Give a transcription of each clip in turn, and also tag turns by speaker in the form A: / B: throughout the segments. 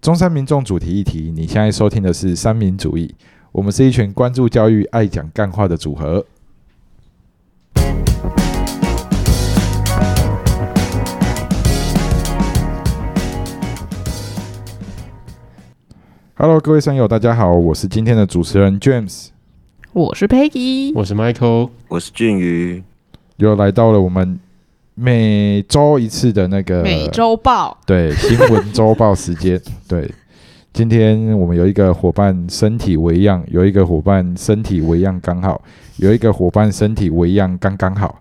A: 中山民众主题议题，你现在收听的是三民主义，我们是一群关注教育、爱讲干话的组合。Hello，各位山友，大家好，我是今天的主持人 James，
B: 我是 Peggy，
C: 我是 Michael，
D: 我是俊宇，
A: 又来到了我们每周一次的那个
B: 每周报
A: 对，新闻周报时 间。对，今天我们有一个伙伴身体为恙，有一个伙伴身体为恙刚好，有一个伙伴身体为恙刚刚 好。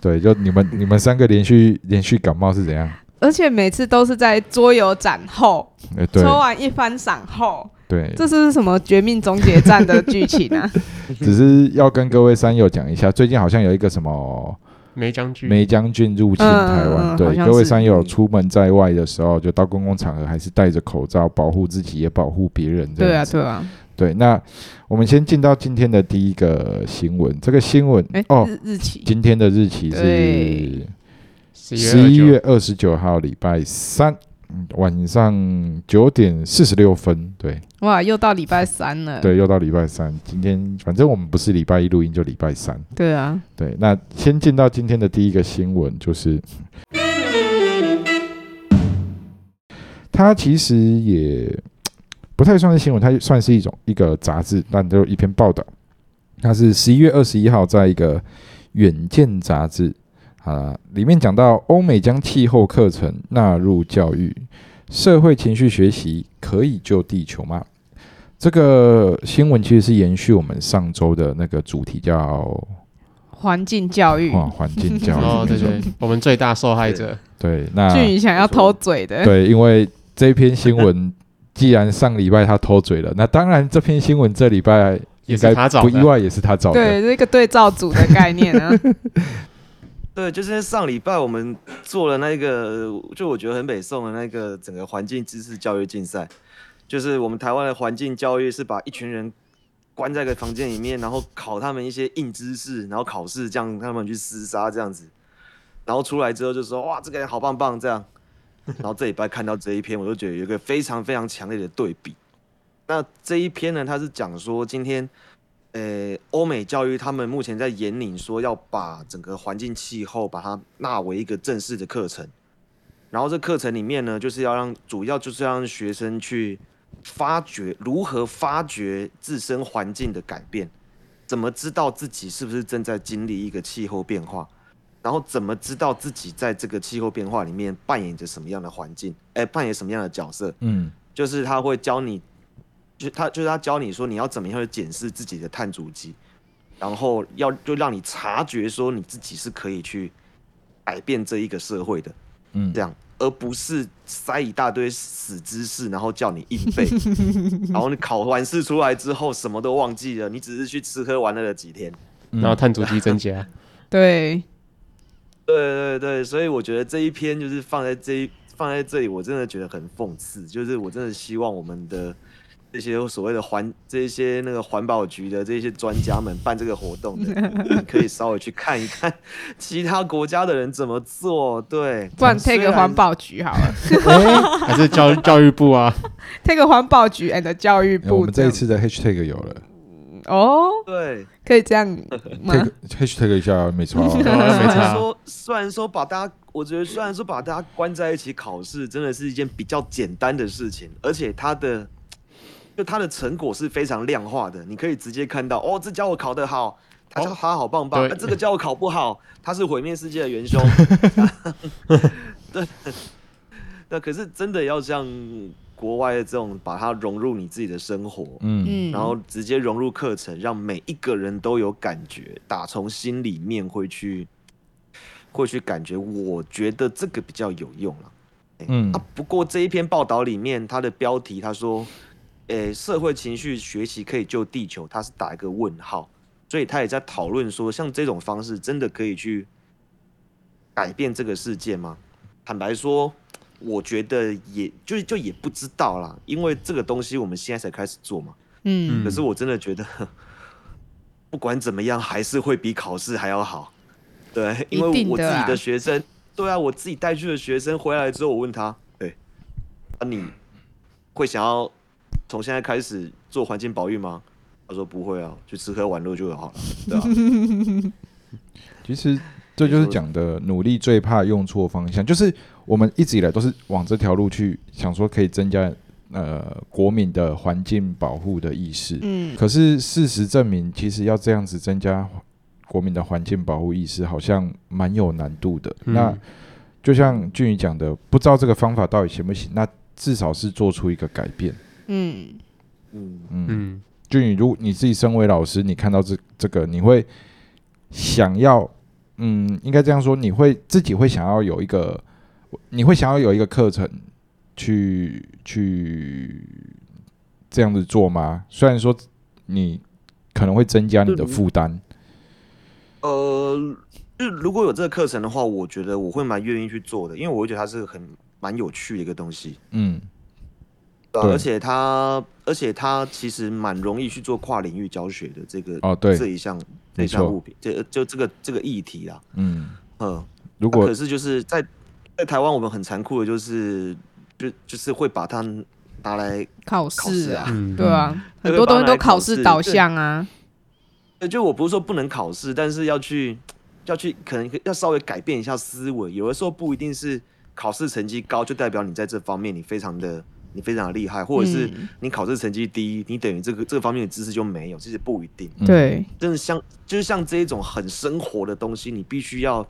A: 对，就你们你们三个连续连续感冒是怎 样？
B: 而且每次都是在桌游展后，
A: 哎、对
B: 抽完一番赏后，
A: 对，
B: 这是什么《绝命终结战》的剧情 啊？
A: 只是要跟各位山友讲一下，最近好像有一个什么
C: 梅将军，
A: 梅将军入侵台湾。
B: 嗯嗯嗯好
A: 对，
B: 像
A: 各位
B: 是
A: 山友出门在外的时候，就到公共场合还是戴着口罩，保护自己也保护别人。这
B: 对
A: 样
B: 啊，
A: 子
B: 对啊。
A: 对，那我们先进到今天的第一个新闻。这个新闻、
B: 哎，
A: 哦，
B: 日日期
A: 今天的日期是
B: 对
C: 十
A: 十
C: 一
A: 一
C: 月
A: 月二十九号，礼拜三嗯晚上九点四十六分。对
B: 哇，又到礼拜三了。
A: 对，又到礼拜三。今天反正我们不是礼拜一录音，就礼拜三。
B: 对啊，
A: 对，那先进到今天的第一个新闻，就是它其实也不太算是新闻，它算是一种一个杂志，但都有一篇报道。它是十一月二十一号在一个《远见》杂志啊里面讲到，欧美将气候课程纳入教育，社会情绪学习可以救地球吗？这个新闻其实是延续我们上周的那个主题，叫
B: 环境教育，
A: 哇，环境教育，
C: 哦，
A: 没
C: 对
A: 错
C: 对，我们最大受害者，
A: 对，那
B: 俊宇想要偷嘴的，
A: 哎对，因为这篇新闻既然上礼拜他偷嘴了，那当然这篇新闻这礼拜
C: 也
A: 应
C: 是
A: 该
C: 他找
A: 不意
C: 的。
A: 外，也是他找的。
B: 对，这个对照组的概 念啊。
D: 对，就是上礼拜我们做了那个，就我觉得很北宋的那个整个环境知识教育竞赛，就是我们台湾的环境教育是把一群人关在一个房间里面，然后考他们一些硬知识，然后考试这样让他们去厮杀这样子，然后出来之后就说哇这个人好棒棒这样，然后这礼拜看到这一篇，我就觉得有一个非常非常强烈的对比。那这一篇呢，它是讲说今天呃，欧美教育他们目前在引领说要把整个环境气候把它纳为一个正式的课程，然后这课程里面呢，就是要让主要就是要让学生去发掘如何发掘自身环境的改变，怎么知道自己是不是正在经历一个气候变化，然后怎么知道自己在这个气候变化里面扮演着什么样的环境，哎、扮演什么样的角色，
A: 嗯，
D: 就是他会教你，就他就是他教你说你要怎么样去检视自己的碳足迹，然后要就让你察觉说你自己是可以去改变这一个社会的，
A: 嗯
D: 这样，而不是塞一大堆死知识，然后叫你硬背，然后你考完试出来之后什么都忘记了，你只是去吃喝玩乐了几天。
A: 嗯
C: 然后碳足迹增 加，
A: 啊
B: 对，
D: 对对对，所以我觉得这一篇就是放在这一放在这里，我真的觉得很讽刺，就是我真的希望我们的这些所谓的环这些那个环保局的这些专家们办这个活动的，可以稍微去看一看 其他国家的人怎么做。对，
B: 不然
D: 虽
B: take 个环保局好 了
C: 还是教教育部啊？
B: ，take 个环保局 and 教育
A: 哎我
B: 部
A: 们
B: 这
A: 这
B: 样。
A: 一次的 hashtag 有了
B: 哦，
D: 对。
B: 可以这样 吗？
A: ，tag hashtag 一下没错、
C: 对
A: 哦。
C: 啊
D: 虽
C: 没
D: 然
C: 差，
D: 说，虽然说把大家，我觉得虽然说把大家关在一起考试，真的是一件比较简单的事情，而且它的就它的成果是非常量化的，你可以直接看到，哦，这家伙考得好，他
C: 哦
D: 他好棒棒，
C: 对
D: 那这个家伙考不好，他是毁灭世界的元凶。对，那可是真的要像国外的这种，把它融入你自己的生活，
A: 嗯，
B: 嗯，
D: 然后直接融入课程，让每一个人都有感觉，打从心里面会去，会去感觉。我觉得这个比较有用了。
A: 嗯
D: 啊，不过这一篇报道里面，它的标题他说，诶、社会情绪学习可以救地球，他是打一个问号，所以他也在讨论说，像这种方式真的可以去改变这个世界吗？坦白说，我觉得也就就也不知道啦，因为这个东西我们现在才开始做嘛。
B: 嗯，
D: 可是我真的觉得，不管怎么样，还是会比考试还要好。对，因为
B: 一定的
D: 我自己
B: 啊
D: 的学生，对啊，我自己带去的学生回来之后，我问他，对，啊你会想要从现在开始做环境保育吗？他说不会啊，就吃喝玩乐就好了，对吧、啊
A: 其实这就是讲的努力最怕用错方向，就是我们一直以来都是往这条路去想说可以增加呃国民的环境保护的意识，
B: 嗯，
A: 可是事实证明，其实要这样子增加国民的环境保护意识，好像蛮有难度的。
C: 嗯
A: 那就像俊宇讲的，不知道这个方法到底行不行，那至少是做出一个改变。
B: 嗯，
D: 嗯，
A: 嗯，
C: 嗯，
A: 俊宇，如果你自己身为老师，你看到这这个，你会想要，嗯，应该这样说，你会自己会想要有一个，你会想要有一个课程去去这样子做吗？虽然说你可能会增加你的负担，
D: 呃，就如果有这个课程的话，我觉得我会蛮愿意去做的，因为我会觉得它是很蛮有趣的一个东西。
A: 嗯，
D: 对啊，
A: 对
D: 而且它，而且它其实蛮容易去做跨领域教学的这个、
A: 哦，对
D: 这，一项这
A: 没
D: 一项
A: 错
D: 物品，这就这个这个议题啦，
A: 嗯，
D: 嗯，
A: 如
D: 那
A: 果
D: 可是就是在在台湾，我们很残酷的就是就就是会把它拿来，
B: 考
D: 考试
B: 试啊，
C: 嗯
B: 对啊，很多东西都考试导向啊，
D: 呃就我不是说不能考试，但是要去要去可能要稍微改变一下思维，有的时候不一定是考试成绩高就代表你在这方面你非常的你非常的厉害，或者是
B: 嗯
D: 你考试成绩低，你等于这个这个方面的知识就没有，其实不一定。
A: 嗯
B: 对，
D: 真的像就是像这一种很生活的东西，你必须要，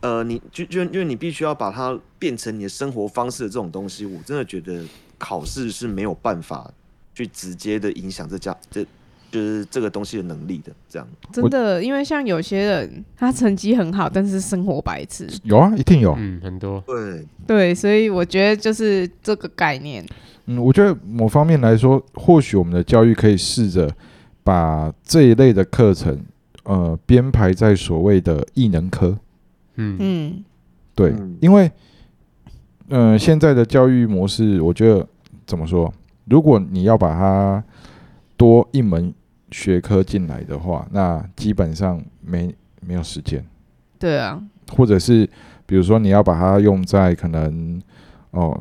D: 呃，你就就因为你必须要把它变成你的生活方式的这种东西，我真的觉得考试是没有办法去直接的影响这家这就是这个东西的能力的。这样，
B: 真的，因为像有些人他成绩很好，但是生活白痴，
A: 有啊，一定有，
C: 嗯，很多，
D: 对，
B: 对，所以我觉得就是这个概念，
A: 嗯，我觉得某方面来说，或许我们的教育可以试着把这一类的课程，呃，编排在所谓的艺能科。
C: 嗯
B: 嗯
A: 对，
D: 嗯
A: 因为，呃，现在的教育模式，我觉得怎么说？如果你要把它多一门学科进来的话，那基本上没没有时间。
B: 对啊，
A: 或者是比如说你要把它用在可能哦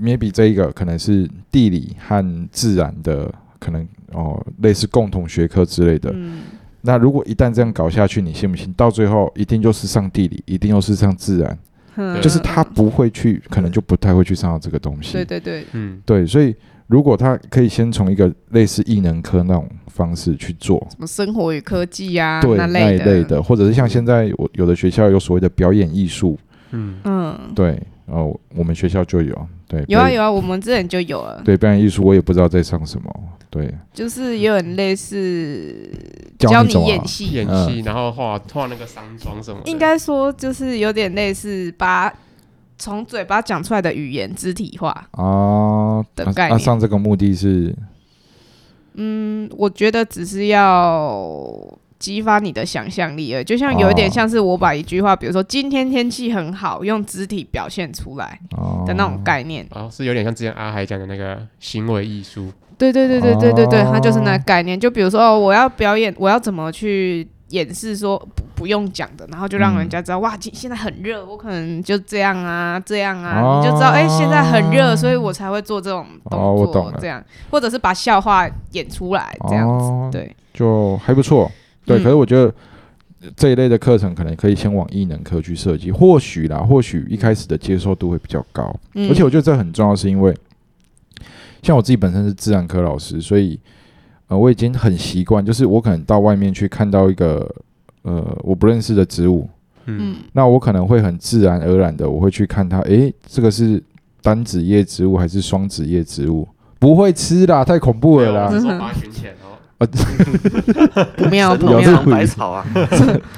A: ，maybe 这一个可能是地理和自然的可能哦，类似共同学科之类的。
B: 嗯，
A: 那如果一旦这样搞下去，你信不信？到最后一定就是上地理，一定又是上自然，
B: 嗯
A: 就是他，不会去，可能就不太会去上到这个东西。
B: 对对对，
C: 嗯
A: 对所以如果他可以先从一个类似艺能科那种方式去做。
B: 什么生活与科技呀、
A: 对
B: 啊那
A: 那一
B: 的，
A: 类的，或者是像现在我有的学校有所谓的表演艺术，
C: 嗯
B: 嗯，
A: 对，哦，我们学校就有，对，
B: 有啊
A: 表演
B: 有啊，我们之前就有了，
A: 对，表演艺术我也不知道在上什么，对，
B: 就是也有很类似
A: 教
B: 你
A: 怎么啊
B: 演戏，
C: 演戏，
A: 嗯
C: 然后画画那个商妆什么的，
B: 应该说就是有点类似把从嘴巴讲出来的语言肢体化。
A: 啊
B: 的
A: 啊
B: 概
A: 啊
B: 念
A: 上这个目的是，
B: 嗯，我觉得只是要激发你的想象力而已，就像有一点
A: 哦
B: 像是我把一句话，比如说今天天气很好，用肢体表现出来
A: 哦
B: 的那种概念。
C: 哦，是有点像之前阿海讲的那个行为艺术，
B: 对对对对对对对，
A: 哦
B: 它就是那个概念。就比如说，哦，我要表演，我要怎么去演示说不不用讲的，然后就让
A: 嗯
B: 人家知道，哇，今现在很热，我可能就这样啊，这样啊，
A: 哦
B: 你就知道，哎、现在很热，所以我才会做这种动
A: 哦我
B: 作，
A: 懂了
B: 这样，或者是把笑话演出来，这样子，
A: 哦，
B: 对，
A: 就还不错，对，
B: 嗯
A: 可是我觉得。这一类的课程可能可以先往艺能科去设计，或许啦，或许一开始的接受度会比较高。
B: 嗯
A: 而且我觉得这很重要，是因为像我自己本身是自然科老师，所以呃，我已经很习惯，就是我可能到外面去看到一个呃我不认识的植物，
B: 嗯
C: 嗯
A: 那我可能会很自然而然的，我会去看它，诶，这个是单子叶植物还是双子叶植物？不会吃啦，太恐怖了
C: 没有我
A: 啦！
C: 是说八选钱哦，
B: 不妙
D: 神
B: 不
A: 有这
B: 妙
D: 农
A: 个，
D: 尝百草啊，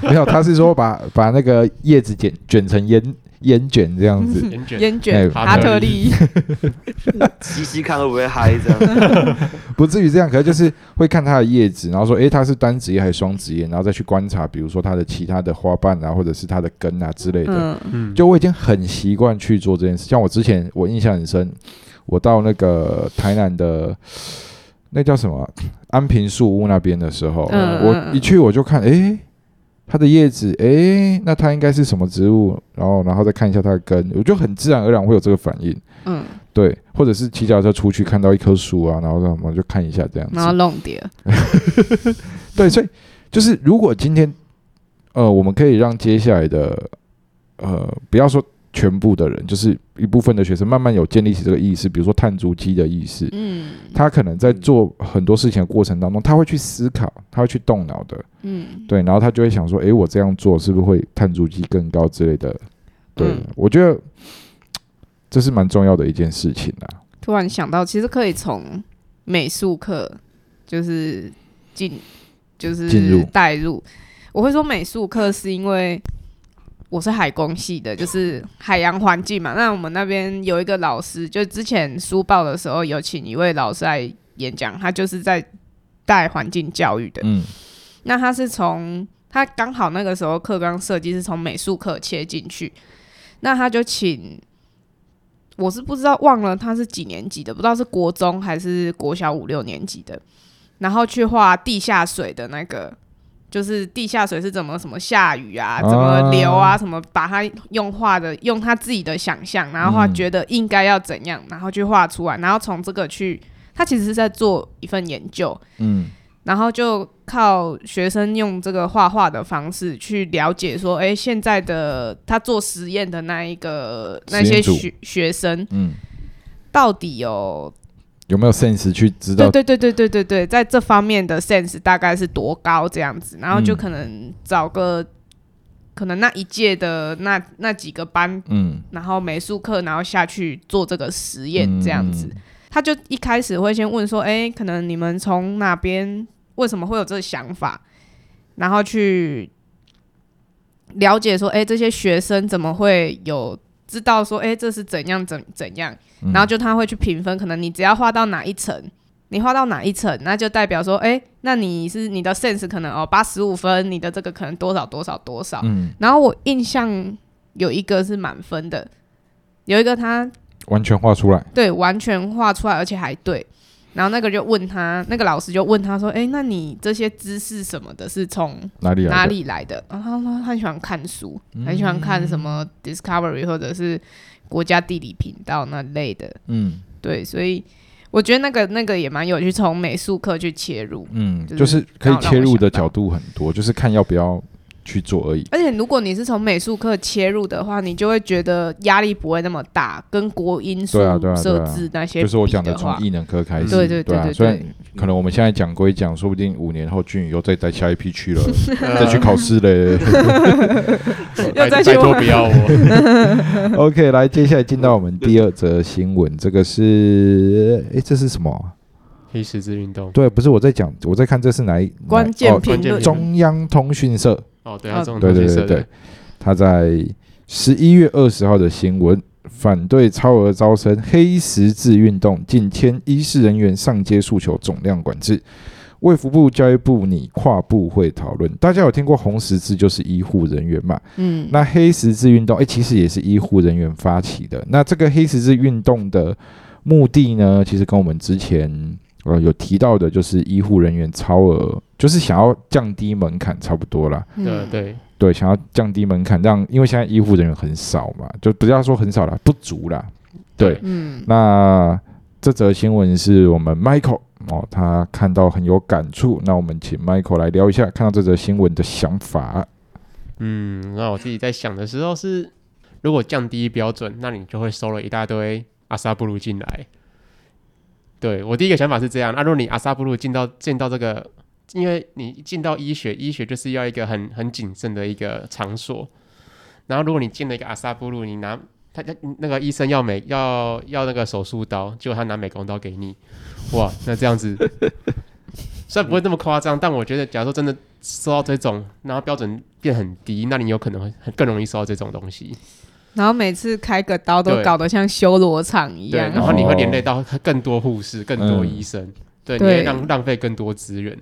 A: 没有，他是说把把那个叶子卷卷成烟烟卷这样 子。
C: 烟卷，
B: 烟卷
A: 哎
B: 哈特利，
D: 吸吸看会不会嗨这样。
A: 不至于这样，可能就是会看它的叶子，然后说，诶，它是单子叶还是双子叶，然后再去观察，比如说它的其他的花瓣啊，或者是它的根啊之类的。
B: 嗯
C: 嗯，
A: 就我已经很习惯去做这件事，像我之前我印象很深，我到那个台南的啊那叫什么安平树屋那边的时候，
B: 嗯嗯
A: 我一去我就看，诶，它的叶子，诶，那它应该是什么植物？然后，然后再看一下它的根，我就很自然而然会有这个反应。
B: 嗯，
A: 对，或者是骑脚踏车出去看到一棵树啊，然后让我们就看一下这样子。
B: 然后弄掉，
A: 对，所以就是如果今天，呃，我们可以让接下来的，呃，不要说全部的人，就是一部分的学生慢慢有建立起这个意识，比如说碳足迹的意识，
B: 嗯
A: 他可能在做很多事情的过程当中，他会去思考，他会去动脑的，
B: 嗯，
A: 对，然后他就会想说，诶，我这样做是不是会碳足迹更高之类的？对，
B: 嗯
A: 我觉得这是蛮重要的一件事情啊啦。
B: 突然想到，其实可以从美术课就是进，就是
A: 进入
B: 带入。我会说美术课是因为我是海工系的，就是海洋环境嘛。那我们那边有一个老师，就之前书报的时候有请一位老师来演讲，他就是在带环境教育的。
A: 嗯
B: 那他是从他刚好那个时候课纲设计是从美术课切进去，那他就请，我是不知道忘了他是几年级的，不知道是国中还是国小五六年级的，然后去画地下水的那个。就是地下水是怎么什么下雨啊，怎么流啊，什么把它用画的，用他自己的想象，然后画
A: 嗯
B: 觉得应该要怎样，然后去画出来，然后从这个去，他其实是在做一份研究，
A: 嗯
B: 然后就靠学生用这个画画的方式去了解说，哎，现在的他做实验的那一个那
A: 实
B: 些
A: 验组
B: 学学生
A: 嗯，
B: 到底有
A: 有没有 sense 去知道
B: 对对对对对对对，在这方面的 sense 大概是多高这样子，然后就
A: 嗯
B: 可能找个、可能那一届的那那几个班，
A: 嗯
B: 然后美术课，然后下去做这个实验这样子。
A: 嗯
B: 他就一开始会先问说：“哎、可能你们从哪边为什么会有这个想法？”然后去了解说：“哎、这些学生怎么会有知道说，哎、这是怎样怎怎样？”
A: 嗯
B: 然后就他会去评分，可能你只要画到哪一层，你画到哪一层，那就代表说：“哎、那你是你的 sense 可能哦八十五分，你的这个可能多少多少多少。
A: 嗯，
B: 然后我印象有一个是满分的，有一个他
A: 完全画出来。
B: 对，完全画出来，而且还对。然后那个就问他，那个老师就问他说：“哎，那你这些知识什么的，是从
A: 哪里来的嗯
B: 哪？里来的？”然后他说他很喜欢看书，很喜欢看什么 Discovery 或者是国家地理频道那类的。
A: 嗯
B: 对，所以我觉得那个那个也蛮有趣，从美术课去切入。
A: 嗯，
B: 就是
A: 就是可以
B: 让我
A: 切入的
B: 想到
A: 角度很多，就是看要不要去做而已。
B: 而且如果你是从美术课切入的话，你就会觉得压力不会那么大，跟国音素
A: 对啊对啊对
B: 设
A: 啊
B: 置那些
A: 就是我
B: 比
A: 讲的
B: 的
A: 从
B: 话
A: 艺能科开始，
B: 对对对
A: 啊
B: 对
A: 虽然
B: 对
A: 可能我们现在讲归讲，说不定五年后俊宇又再带下一批 去了，再去考试嘞。
B: 又再去
C: 拜呃拜托
B: 问
C: 不要我，
A: OK，来，接下来进到我们第二则新闻，这个是，诶，这是什么啊？
C: 黑十字运动。
A: 对，不是我在讲，我在看这是哪一
B: 关键
A: 哦
B: 评
C: 关键
B: 论
C: 评论
A: 中央通讯社，
C: 哦，对，他这种
A: 对
C: 东
A: 对
C: 西
A: 对
C: 设
A: 对
C: 的，，
A: 他在十一月二十号的新闻，反对超额招生黑十字运动近千医师人员上街诉求总量管制。卫福部、教育部拟跨部会讨论。大家有听过红十字就是医护人员嘛？
B: 嗯，
A: 那黑十字运动，诶，其实也是医护人员发起的。那这个黑十字运动的目的呢，其实跟我们之前呃有提到的，就是医护人员超额，就是想要降低门槛，差不多啦。
C: 对
B: 嗯
C: 对，
A: 对，想要降低门槛，让因为现在医护人员很少嘛，就不要说很少啦，不足啦。对，
B: 嗯
A: 那这则新闻是我们 Michael 哦，他看到很有感触，那我们请 Michael 来聊一下看到这则新闻的想法。
C: 嗯，那我自己在想的时候是，如果降低标准，那你就会收了一大堆阿萨布鲁进来。对我第一个想法是这样，那、如果你阿萨布鲁进到进到这个，因为你进到医学，医学就是要一个很很谨慎的一个场所。然后如果你进了一个阿萨布鲁，你拿他他那个医生要美要要那个手术刀，结果他拿美工刀给你，哇，那这样子 虽然不会这么夸张，但我觉得假如说真的收到这种，然后标准变很低，那你有可能会很更容易收到这种东西。
B: 然后每次开个刀都
C: 对
B: 搞得像修罗场一
C: 对，
B: 样。
C: 然后你会连累到更多护士、更多医生，对，你
B: 对
C: 会浪浪费更多资源。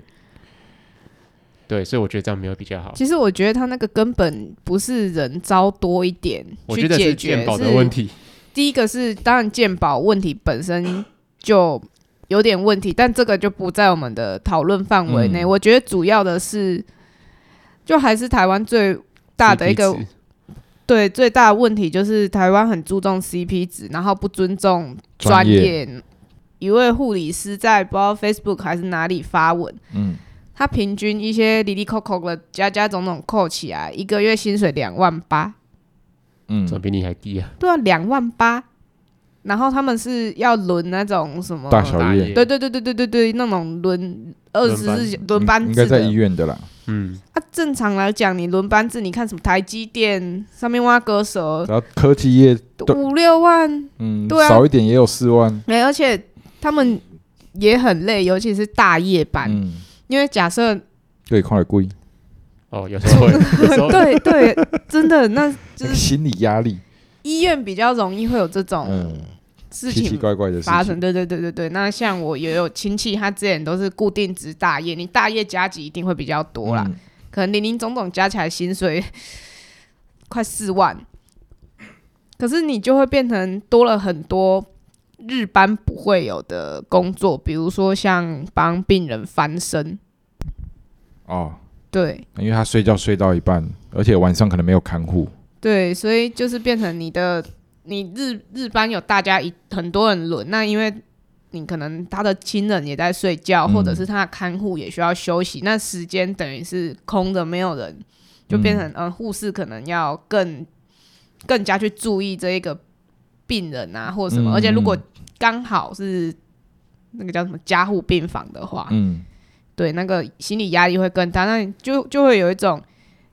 C: 对，所以我觉得这样没有比较好。
B: 其实我觉得他那个根本不是人招多一点
C: 我
B: 去
C: 觉得
B: 解
C: 是
B: 决，
C: 健保的问。题，
B: 第一个是当然健保问题本身就有点问题，但这个就不在我们的讨论范围内。
A: 嗯
B: 我觉得主要的是就还是台湾最大的一个
C: CP 值
B: 对最大的问题就是台湾很注重 CP 值，然后不尊重专
A: 专业
B: 业。一位护理师在不知道 Facebook 还是哪里发文，
A: 嗯，
B: 他平均一些里里扣扣的加加种种扣起来，一个月薪水两万八，
A: 嗯
C: 怎么比你还低啊？
B: 对啊，两万八。然后他们是要轮那种什么
A: 大小
C: 大
A: 夜
C: 夜，
B: 对对对对对对对，那种轮二十
C: 班
B: 四轮班
A: 应
B: 制
A: 该在
B: 的
A: 医。院的啦。
C: 嗯，
B: 啊，正常来讲，你轮班制，你看什么台积电上面挖割蛇
A: 然后科技业，对
B: 五六万，
A: 嗯，
B: 嗯对啊
A: 少一点也有四万。
B: 没，而且他们也很累，尤其是大夜班，
A: 嗯，
B: 因为假设
A: 对，看来贵，
C: 哦，有时 候会，有时候
B: 对对， 真的，那
A: 那个心理压力，
B: 医院比较容易会有这种
A: 嗯，
B: 哦事
A: 奇奇
B: 情
A: 怪怪的事
B: 发生。
A: 情。
B: 对对对对对，那像我也有亲戚，他之前都是固定值大夜，你大夜加急一定会比较多啦。
A: 嗯
B: 可能零零总总加起来薪水 快四万，可是你就会变成多了很多日班不会有的工作，比如说像帮病人翻身，
A: 哦，
B: 对
A: 因为他睡觉睡到一半，而且晚上可能没有看护。
B: 对，所以就是变成你的你日日班有大家一很多人轮，那因为。你可能他的亲人也在睡觉，
A: 嗯
B: 或者是他的看护也需要休息，那时间等于是空的，没有人就变成嗯，护、士可能要更更加去注意这一个病人啊，或者什么。
A: 嗯
B: 而且如果刚好是那个叫什么加护病房的话，
A: 嗯，
B: 对那个心理压力会更大，那你就就会有一种，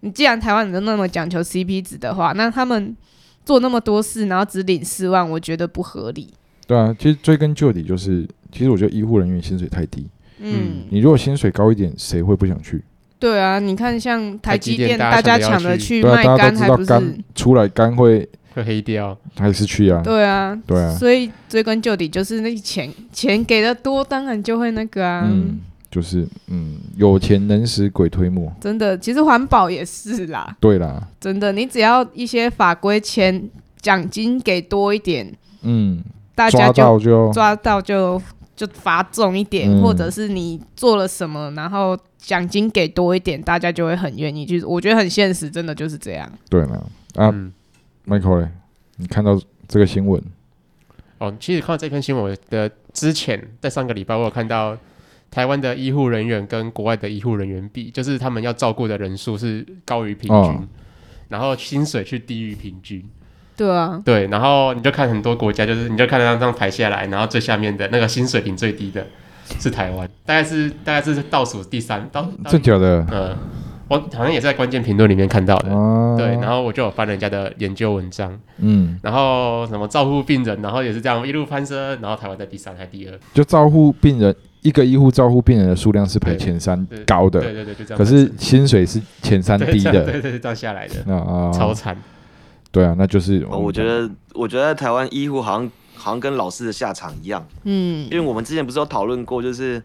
B: 你既然台湾人都那么讲求 CP 值的话，那他们做那么多事，然后只领四万，我觉得不合理。
A: 对啊，其实追根究底就是，其实我觉得医护人员薪水太低。
B: 嗯，
A: 你如果薪水高一点，谁会不想去？
B: 对啊，你看像台积电，
C: 台积电
B: 大
C: 大家
B: 家
C: 抢
B: 抢
C: 着要
B: 着
C: 去
B: 去
A: 对
B: 卖
A: 啊，大家
B: 干，
A: 都知
B: 还
A: 道
B: 不是
A: 肝出来肝会
C: 会黑掉。
A: 还是去啊。
B: 对啊，
A: 对啊
B: 所以追根究底就是那钱钱给的多，当然就会那个啊。
A: 嗯，就是嗯，有钱能使鬼推磨。
B: 真的，其实环保也是啦，
A: 对啦，
B: 真的，你只要一些法规钱奖金给多一点，
A: 嗯，
B: 大
A: 抓
B: 家就
A: 到就
B: 抓到就就罚重一点，
A: 嗯
B: 或者是你做了什么，然后奖金给多一点，大家就会很愿意去。我觉得很现实，真的就是这样。
A: 对啦。啊
C: 嗯，
A: ，Michael，嘞你看到这个新闻，
C: 哦，其实看到这篇新闻的之前，在上个礼拜我有看到台湾的医护人员跟国外的医护人员比，就是他们要照顾的人数是高于平均，
A: 哦
C: 然后薪水去低于平均。
B: 对啊，
C: 对，然后你就看很多国家，就是你就看到这样排下来，然后最下面的那个薪水平最低的是台湾，大概是大概是倒数第三，倒倒
A: 真假的
C: 呃，我好像也是在关键评论里面看到的。
A: 啊？
C: 对，然后我就有翻人家的研究文章，
A: 嗯，
C: 然后什么照顾病人，然后也是这样一路攀升，然后台湾在第三还第二，
A: 就照顾病人，一个医护照顾病人的数量是排前三
C: 对
A: 高
C: 对
A: 的，
C: 对对，就这
A: 可
C: 样攀
A: 是
C: 升。
A: 薪水是前三
C: 对
A: 低
C: 这样对
A: 的。
C: 对对，这样下来的，
A: 那啊，
C: 超惨。
A: 对啊，那就是
D: 哦我觉得，我觉得台湾医护好像好像跟老师的下场一样，
B: 嗯
D: 因为我们之前不是有讨论过，就是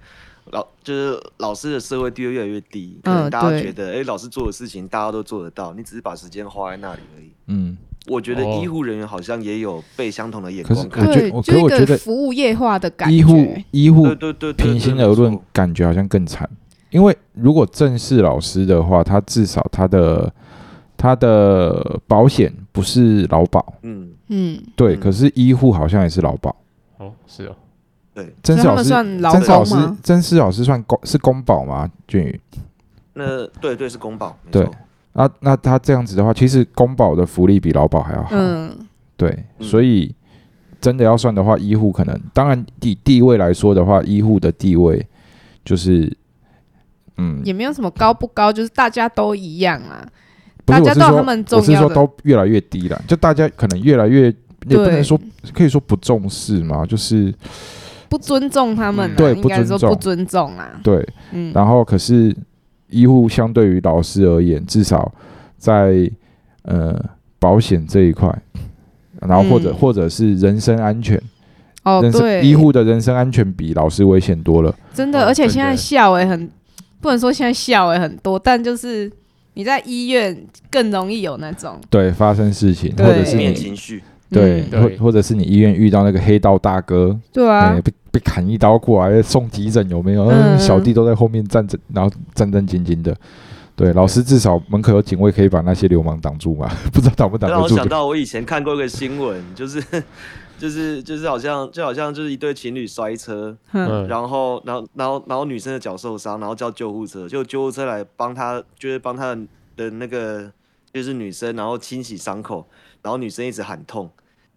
D: 老就是老师的社会地位越来越低，可
B: 嗯
D: 能大家
B: 对
D: 觉得，哎、老师做的事情大家都做得到，你只是把时间花在那里而已。
A: 嗯，
D: 我觉得
C: 哦
D: 医护人员好像也有被相同的眼
A: 可是
D: 光看
A: 我觉
B: 对，
A: 我可
B: 就一
A: 我觉
B: 个
A: 得
B: 服务业化的感觉。
A: 医护医护
D: 对对对，对
A: 平心而，论
D: 对，
A: 感觉好像更惨，因为如果正式老师的话，他至少他的他的保险不是劳保，
D: 没错嗯，
B: 嗯，
A: 对，
D: 嗯
A: 可是医护好像也是劳保。
C: 哦，是哦，
A: 正
B: 所以
A: 式
B: 他
A: 老
B: 们
A: 师，
B: 算劳
A: 正式老
B: 工
A: 师
B: 吗？，
A: 正式老师算公是公保吗？俊宇
D: 那对对是公保，没
A: 对
D: 错
A: 啊，那他这样子的话，其实公保的福利比劳保还要好。
B: 嗯，
A: 对，
D: 嗯
A: 所以真的要算的话，医护可能，当然以地位来说的话，医护的地位就是，嗯，
B: 也没有什么高不高，就是大家都一样啊。
A: 不是
B: 大
A: 我
B: 家
A: 是
B: 到
A: 说
B: 他们重
A: 我是
B: 要
A: 说
B: 的
A: 都越来越低了，就大家可能越来越，也不
B: 对
A: 能说可以说不重视嘛，就是
B: 不尊重他们、啊
C: 嗯
A: 对
B: 应该
A: 不尊
B: 说
A: 重
B: 不尊重啊。
A: 对，
B: 嗯，
A: 然后可是医护相对于老师而言，至少在呃保险这一块，然后或者、
B: 嗯
A: 或者是人身安全，
B: 哦
A: 人，
B: 对，
A: 身医护的人身安全比老师危险多了。
B: 真
C: 哦
B: 的，而且
C: 真
B: 现
C: 的
B: 在校委很，不能说现在校委很多，但就是你在医院更容易有那种，
A: 对，发生事情，或
B: 对
A: 者是
D: 负面
A: 你
D: 情绪，
A: 对，
B: 嗯
A: 或
C: 对
A: 或者是你医院遇到那个黑道大哥，
B: 对啊
A: 哎，被被砍一刀过来送急诊有没有？
B: 嗯
A: 小弟都在后面站着，然后战战兢兢的。对，老师至少门口有警卫可以把那些流氓挡住嘛， 不知道挡不挡
D: 让
A: 得
D: 我
A: 住
D: 想。到我以前看过一个新闻，就是 就是就是好像就好像就是一对情侣摔车，
B: 哼，
C: 嗯，
D: 然后然后然后然后女生的脚受伤，然后叫救护车，就救护车来帮她，就是帮她的那个就是女生，然后清洗伤口，然后女生一直喊痛。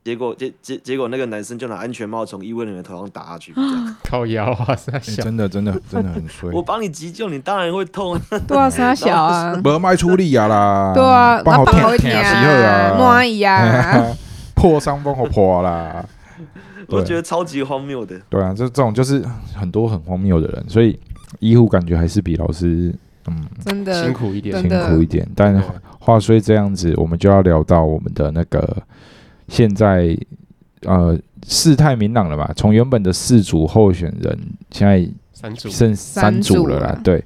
D: 结果结结结果那个男生就拿安全帽从医卫人员头上打下去，这样
C: 靠腰啊，三
A: 欸
C: 小，
A: 真的真的真的很衰，
D: 我帮你急救，你当然会痛啊。
B: 对啊，傻小啊，
A: 没卖出力啊啦，
B: 对啊，
A: 帮
B: 啊
A: 我
B: 放好一
A: 疼
B: 点
A: 死好
B: 啊，莫阿
A: 啊，
B: 姨啊，
A: 破伤帮我破啊啦。
D: 我
A: 对
D: 觉得超级荒谬的。
A: 对啊，这这种就是很多很荒谬的人，所以医护感觉还是比老师嗯
B: 真
C: 辛
B: 的，
C: 苦一点
A: 辛
B: 真，的
A: 苦一点。但
C: 对
A: 话虽这样子，我们就要聊到我们的那个现在呃事态明朗了吧？从原本的四组候选人，现在
C: 三组，
A: 剩三组了
B: 三组
A: 啦
B: 了。
A: 对，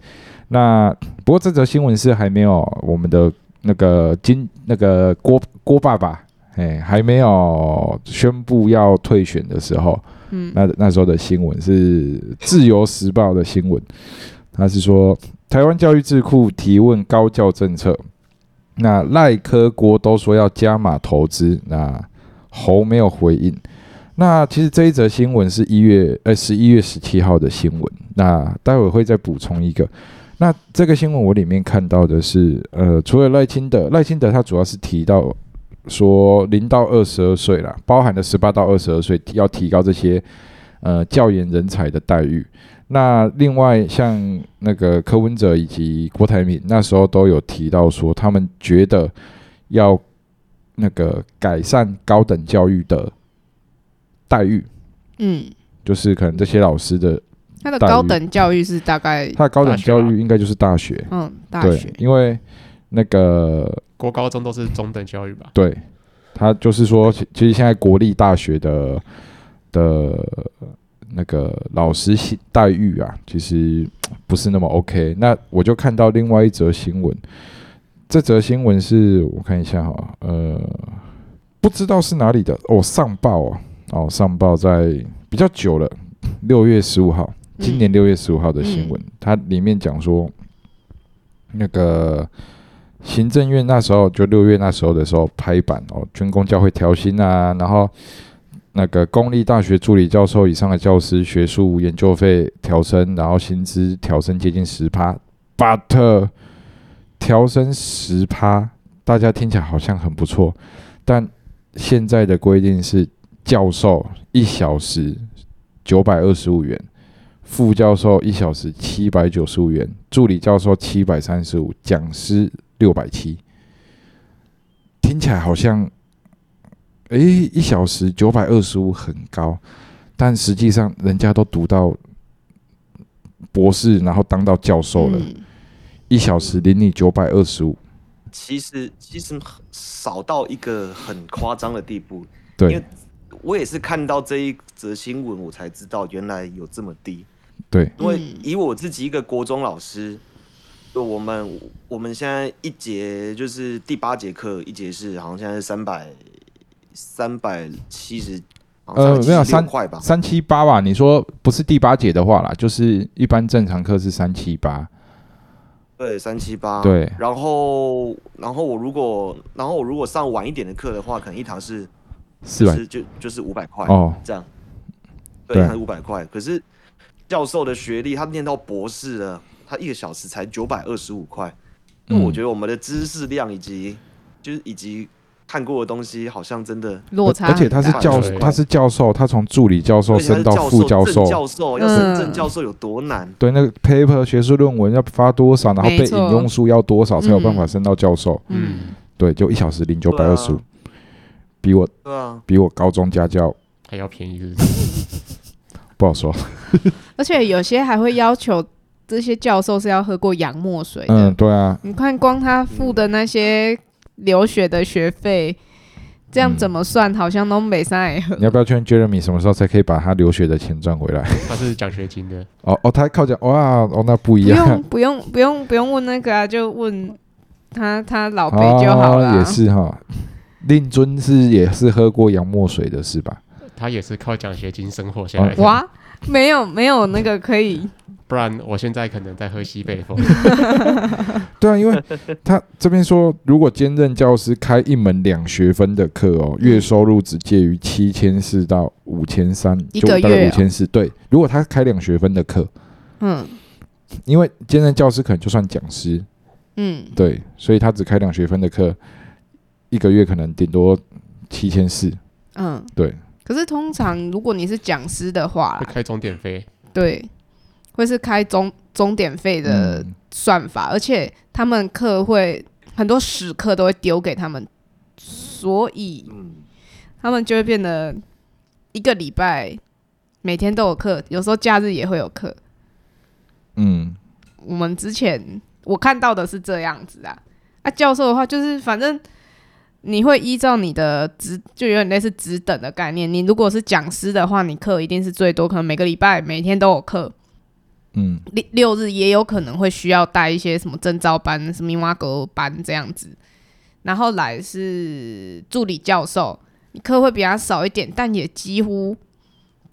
A: 那不过这则新闻是还没有我们的那个金那个郭郭爸爸，哎，还没有宣布要退选的时候，
B: 嗯，
A: 那那时候的新闻是《自由时报》的新闻，他是说台湾教育智库提问高教政策，那赖科国都说要加码投资，那侯没有回应。那其实这一则新闻是一月呃十一月十七号的新闻，那待会会再补充一个。那这个新闻我里面看到的是，呃，除了赖清德，赖清德他主要是提到说零到二十二岁啦，包含了十八到二十二岁要提高这些呃教研人才的待遇。那另外像那个柯文哲以及郭台铭那时候都有提到说，他们觉得要那个改善高等教育的待遇，
B: 嗯，
A: 就是可能这些老师的
B: 他的高等教育是大概，
A: 他的高等
C: 大学啊
A: 教育应该就是大学，
B: 嗯，大
A: 对
B: 学，，
A: 因为那个
C: 国高中都是中等教育吧？
A: 对，他就是说，其其实现在国立大学的的那个老师薪待遇啊，其实不是那么 OK。那我就看到另外一则新闻，这则新闻是我看一下哈，呃，不知道是哪里的哦，上报哦，哦，上报在比较久了，六月十五号，
B: 嗯
A: 今年六月十五号的新闻，它里面讲说，那个行政院那时候就六月那时候的时候拍板哦，军工教会调薪啊，然后那个公立大学助理教授以上的教师学术研究费调升，然后薪资调升接近十趴，but 调升十趴，大家听起来好像很不错，但现在的规定是教授一小时九百二十五元。副教授一小时七百九十五元，助理教授七百三十五，讲师六百七。听起来好像，诶、一小时九百二十五很高，但实际上人家都读到博士，然后当到教授了，
B: 嗯
A: 一小时领你九百二十五，
D: 其实其实很少到一个很夸张的地步。
A: 对
D: 因为我也是看到这一则新闻，我才知道原来有这么低。
A: 对，
D: 因为
B: 嗯
D: 以我自己一个国中老师，就我们我们现在一节就是第八节课，一节是好像现在是三百三百七十，好像
A: 呃，没有
D: 376
A: 三
D: 块吧？
A: 三七八吧？你说不是第八节的话啦，就是一般正常课是三七八，
D: 对，三七八。
A: 对
D: 然后然后我如果然后我如果上晚一点的课的话，可能一堂是
A: 四百
D: 是就就是五百块。
A: 哦，
D: 这样，
A: 对
D: 对，他五百块。可是教授的学历，他念到博士了，他一个小时才九百二十五块。那、我
A: 嗯
D: 觉得我们的知识量以及就是以及看过的东西，好像真的，
B: 落差
A: 而
B: 很大，嗯
A: 且他是教
C: 对
A: 他是教授，他从助理教授
D: 而且他
A: 升
D: 是
A: 到
D: 教
A: 副教
D: 教
A: 授
D: 正，教授要升
B: 嗯
D: 正教授有多难？
A: 对那个 paper 学术论文要发多少，然后
B: 没
A: 被引
B: 错
A: 用数要多少才有办法
B: 嗯
A: 升到教授。
B: 嗯，
C: 嗯，
A: 对，就一小时零九百
D: 对啊
A: 二十五，比我
D: 对啊，
A: 比我高中家教
C: 还要便宜是不是？
A: 不好 说。
B: 而且有些还会要求这些教授是要喝过洋墨水的，
A: 嗯，对啊，
B: 你看，光他付的那
A: 嗯
B: 些留学的学费，这样怎么算？好像都没三哎。
A: 你要不要劝 Jeremy 什么时候才可以把他留学的钱赚回来？
C: 他是奖学金的，
A: 哦哦，他靠讲哇哦，那不一
B: 不
A: 样
B: 用， 不用，不用，不用问那个啊，就问他他老辈就好了、啊
A: 哦，也，是哈。令尊是也是喝过洋墨水的是吧？
C: 他也是靠奖学金生活下来的，
B: 哇，没有没有那个可以，
C: 不然我现在可能在喝西北风。
A: 对啊，因 为他这边说，如果兼任教师开一门两学分的课哦，
B: 嗯
A: 月收入只介于七千四到五千三，
B: 一
A: 就
B: 个
A: 大概
B: 月
A: 五
B: 哦
A: 千四。对，如果他开两学分的课，
B: 嗯
A: 因为兼任教师可能就算讲师，
B: 嗯，
A: 对，所以他只开两学分的课，一个月可能顶多七千四。
B: 嗯，
A: 对。
B: 可是通常如果你是讲师的话
C: 会
B: 啦，
C: 开终点费，
B: 对，会是开钟钟点费的
A: 嗯
B: 算法，而且他们课会很多时课都会丢给他们，所以
D: 嗯，
B: 他们就会变得一个礼拜每天都有课，有时候假日也会有课。
A: 嗯，
B: 我们之前我看到的是这样子啊，啊，教授的话就是反正你会依照你的职，就有点类似职等的概念。你如果是讲师的话，你课一定是最多，可能每个礼拜每天都有课，
A: 嗯，
B: 六六日也有可能会需要带一些什么征招班、什么挖狗班这样子。然后来是助理教授，你课会比他少一点，但也几乎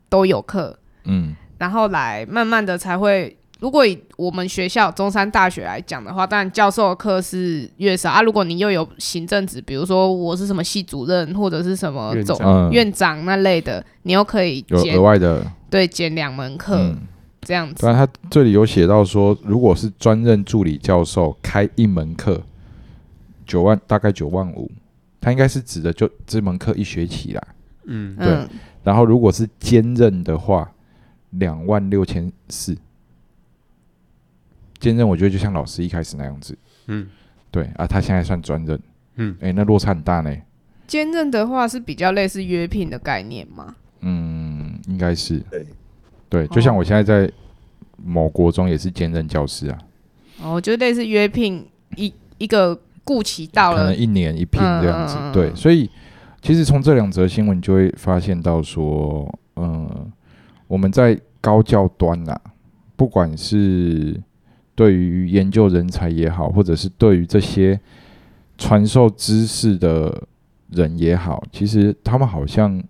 B: 都有课。
A: 嗯，
B: 然后来慢慢的才会。如果以我们学校中山大学来讲的话，当然教授的课是越少啊。如果你又有行政职，比如说我是什么系主任或者是什么
C: 院
B: 总
C: 长
A: 嗯
B: 院长那类的，你又可以
A: 有
B: 减
A: 额外的，
B: 对减两门课、
A: 嗯，
B: 这样子
A: 当。然他这里有写到说，如果是专任助理教授开一门课，九万大概九万五，他应该是指的就这门课一学期啦。
C: 嗯，
A: 对
B: 嗯，
A: 然后如果是兼任的话，两万六千四。兼任我觉得就像老师一开始那样子，
C: 嗯
A: 对啊，他现在算专任，
C: 嗯，
A: 诶，那落差很大呢。
B: 兼任的话是比较类似约聘的概念嘛？
A: 嗯，应该是
D: 对，
A: 对，就像我现在在某国中也是兼任教师啊，
B: 哦，就类似约聘一一个顾期到
A: 可
B: 了
A: 能，一年一聘这样子。
B: 嗯嗯嗯嗯
A: 对，所以其实从这两则新闻你就会发现到说，嗯，我们在高教端呐、不管是对于研究人才也好，或者是对于这些传授知识的人也好，其实他们好像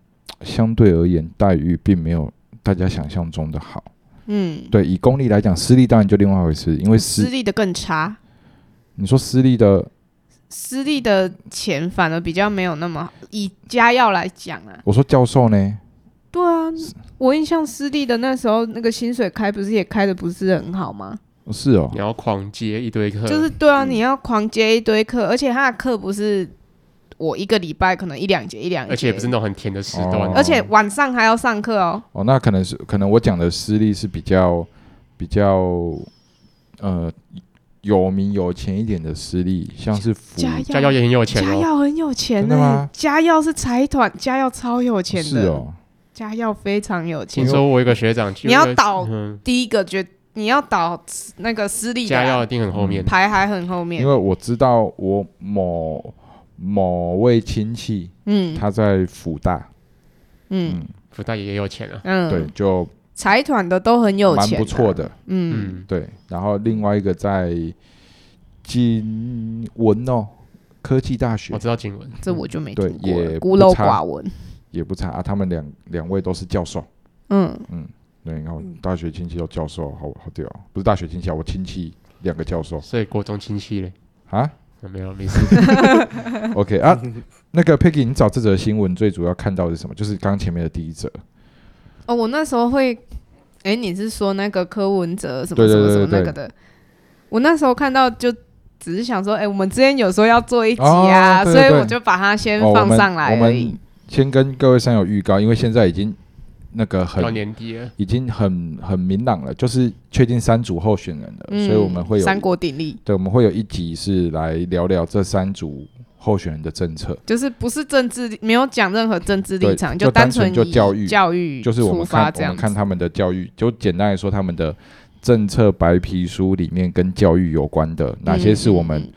A: 相对而言待遇并没有大家想象中的好。
B: 嗯，
A: 对，以公立来讲，私立当然就另外一回事，因为
B: 私
A: 私
B: 立的更差，
A: 你说私立的
B: 私立的钱反而比较没有那么好以家药来讲啊，
A: 我说教授呢，
B: 对啊，我印象私立的那时候那个薪水开不是也开的不是很好吗？
A: 是哦
C: 你，要狂接一堆课，
B: 就是对啊，
D: 嗯
B: 你要狂接一堆课，而且他的课不是我一个礼拜可能一两节一两节，
C: 而且也不是那种很甜的时段，
A: 哦
B: 而且晚上还要上课哦。
A: 哦，那可能是可能我讲的私立是比较比较呃有名有钱一点的私立，像是福
B: 加
C: 家教
B: 药
C: 也很有钱
B: 家
C: 哦，
B: 药很有钱
A: 真
B: 呢、
A: 的吗
B: 家药是财团，家药超有钱
A: 是
B: 的，
A: 哦，
B: 家药非常有钱
C: 听。说我有一个学长去，
B: 你要倒
C: 嗯，
B: 第一个觉你要倒那个私立的
C: 家药
B: 啊
C: 一定很后面，
B: 排还很后面
A: 因，为我知道我某某位亲戚
B: 嗯
A: 他在福大，
B: 嗯
C: 福大也有钱啊，
A: 对，
B: 嗯，
A: 就
B: 财团的都很有
A: 蛮
B: 钱、
A: 不错，的，
B: 嗯。
C: 嗯，
A: 对。然后另外一个在金文哦科技大学
C: 我知道经文，
B: 这我就没
A: 对
B: 听过了
A: 也
B: 孤
A: 不
B: 陋
A: 差
B: 寡闻。
A: 也不差啊，他们两两位都是教授。
B: 嗯，
A: 对，你看我大学亲戚都教授，好好屌哦，不是大学亲戚啊，我亲戚两个教 授
C: 所以国中亲戚嘞，
A: 啊。
C: 啊没有没 事，
A: OK 啊，那个 Peggy，你找这则新闻最主要看到的是什么？就是刚刚前面的第一则，
B: 哦，我那时候会，哎，你是说那个柯文哲什么
A: 对
B: 什
A: 对
B: 么什
A: 对
B: 么
A: 对
B: 那个的？我那时候看到就只是想说，哎，我们之前有说要做一集啊，
A: 哦对
B: 所以
A: 对
B: 我就把它先
A: 哦，我
B: 放
A: 们
B: 上来
A: 我
B: 而已
A: 们。先跟各位山友预告，因为现在已经那个很
C: 到年底了，
A: 已经很很明朗了，就是确定三组候选人了，
B: 嗯，
A: 所以我们会有
B: 三国鼎立，
A: 对，我们会有一集是来聊聊这三组候选人的政策，
B: 就是不是政治立，没有讲任何政治立
A: 对
B: 场，
A: 就
B: 单
A: 单纯
B: 纯
A: 就
B: 以
A: 教育
B: 教育
A: 就是我们
B: 出发
A: 看
B: 这
A: 我
B: 样
A: 们看
B: 子。
A: 他们的教育，就简单来说，他们的政策白皮书里面跟教育有关的哪些是我们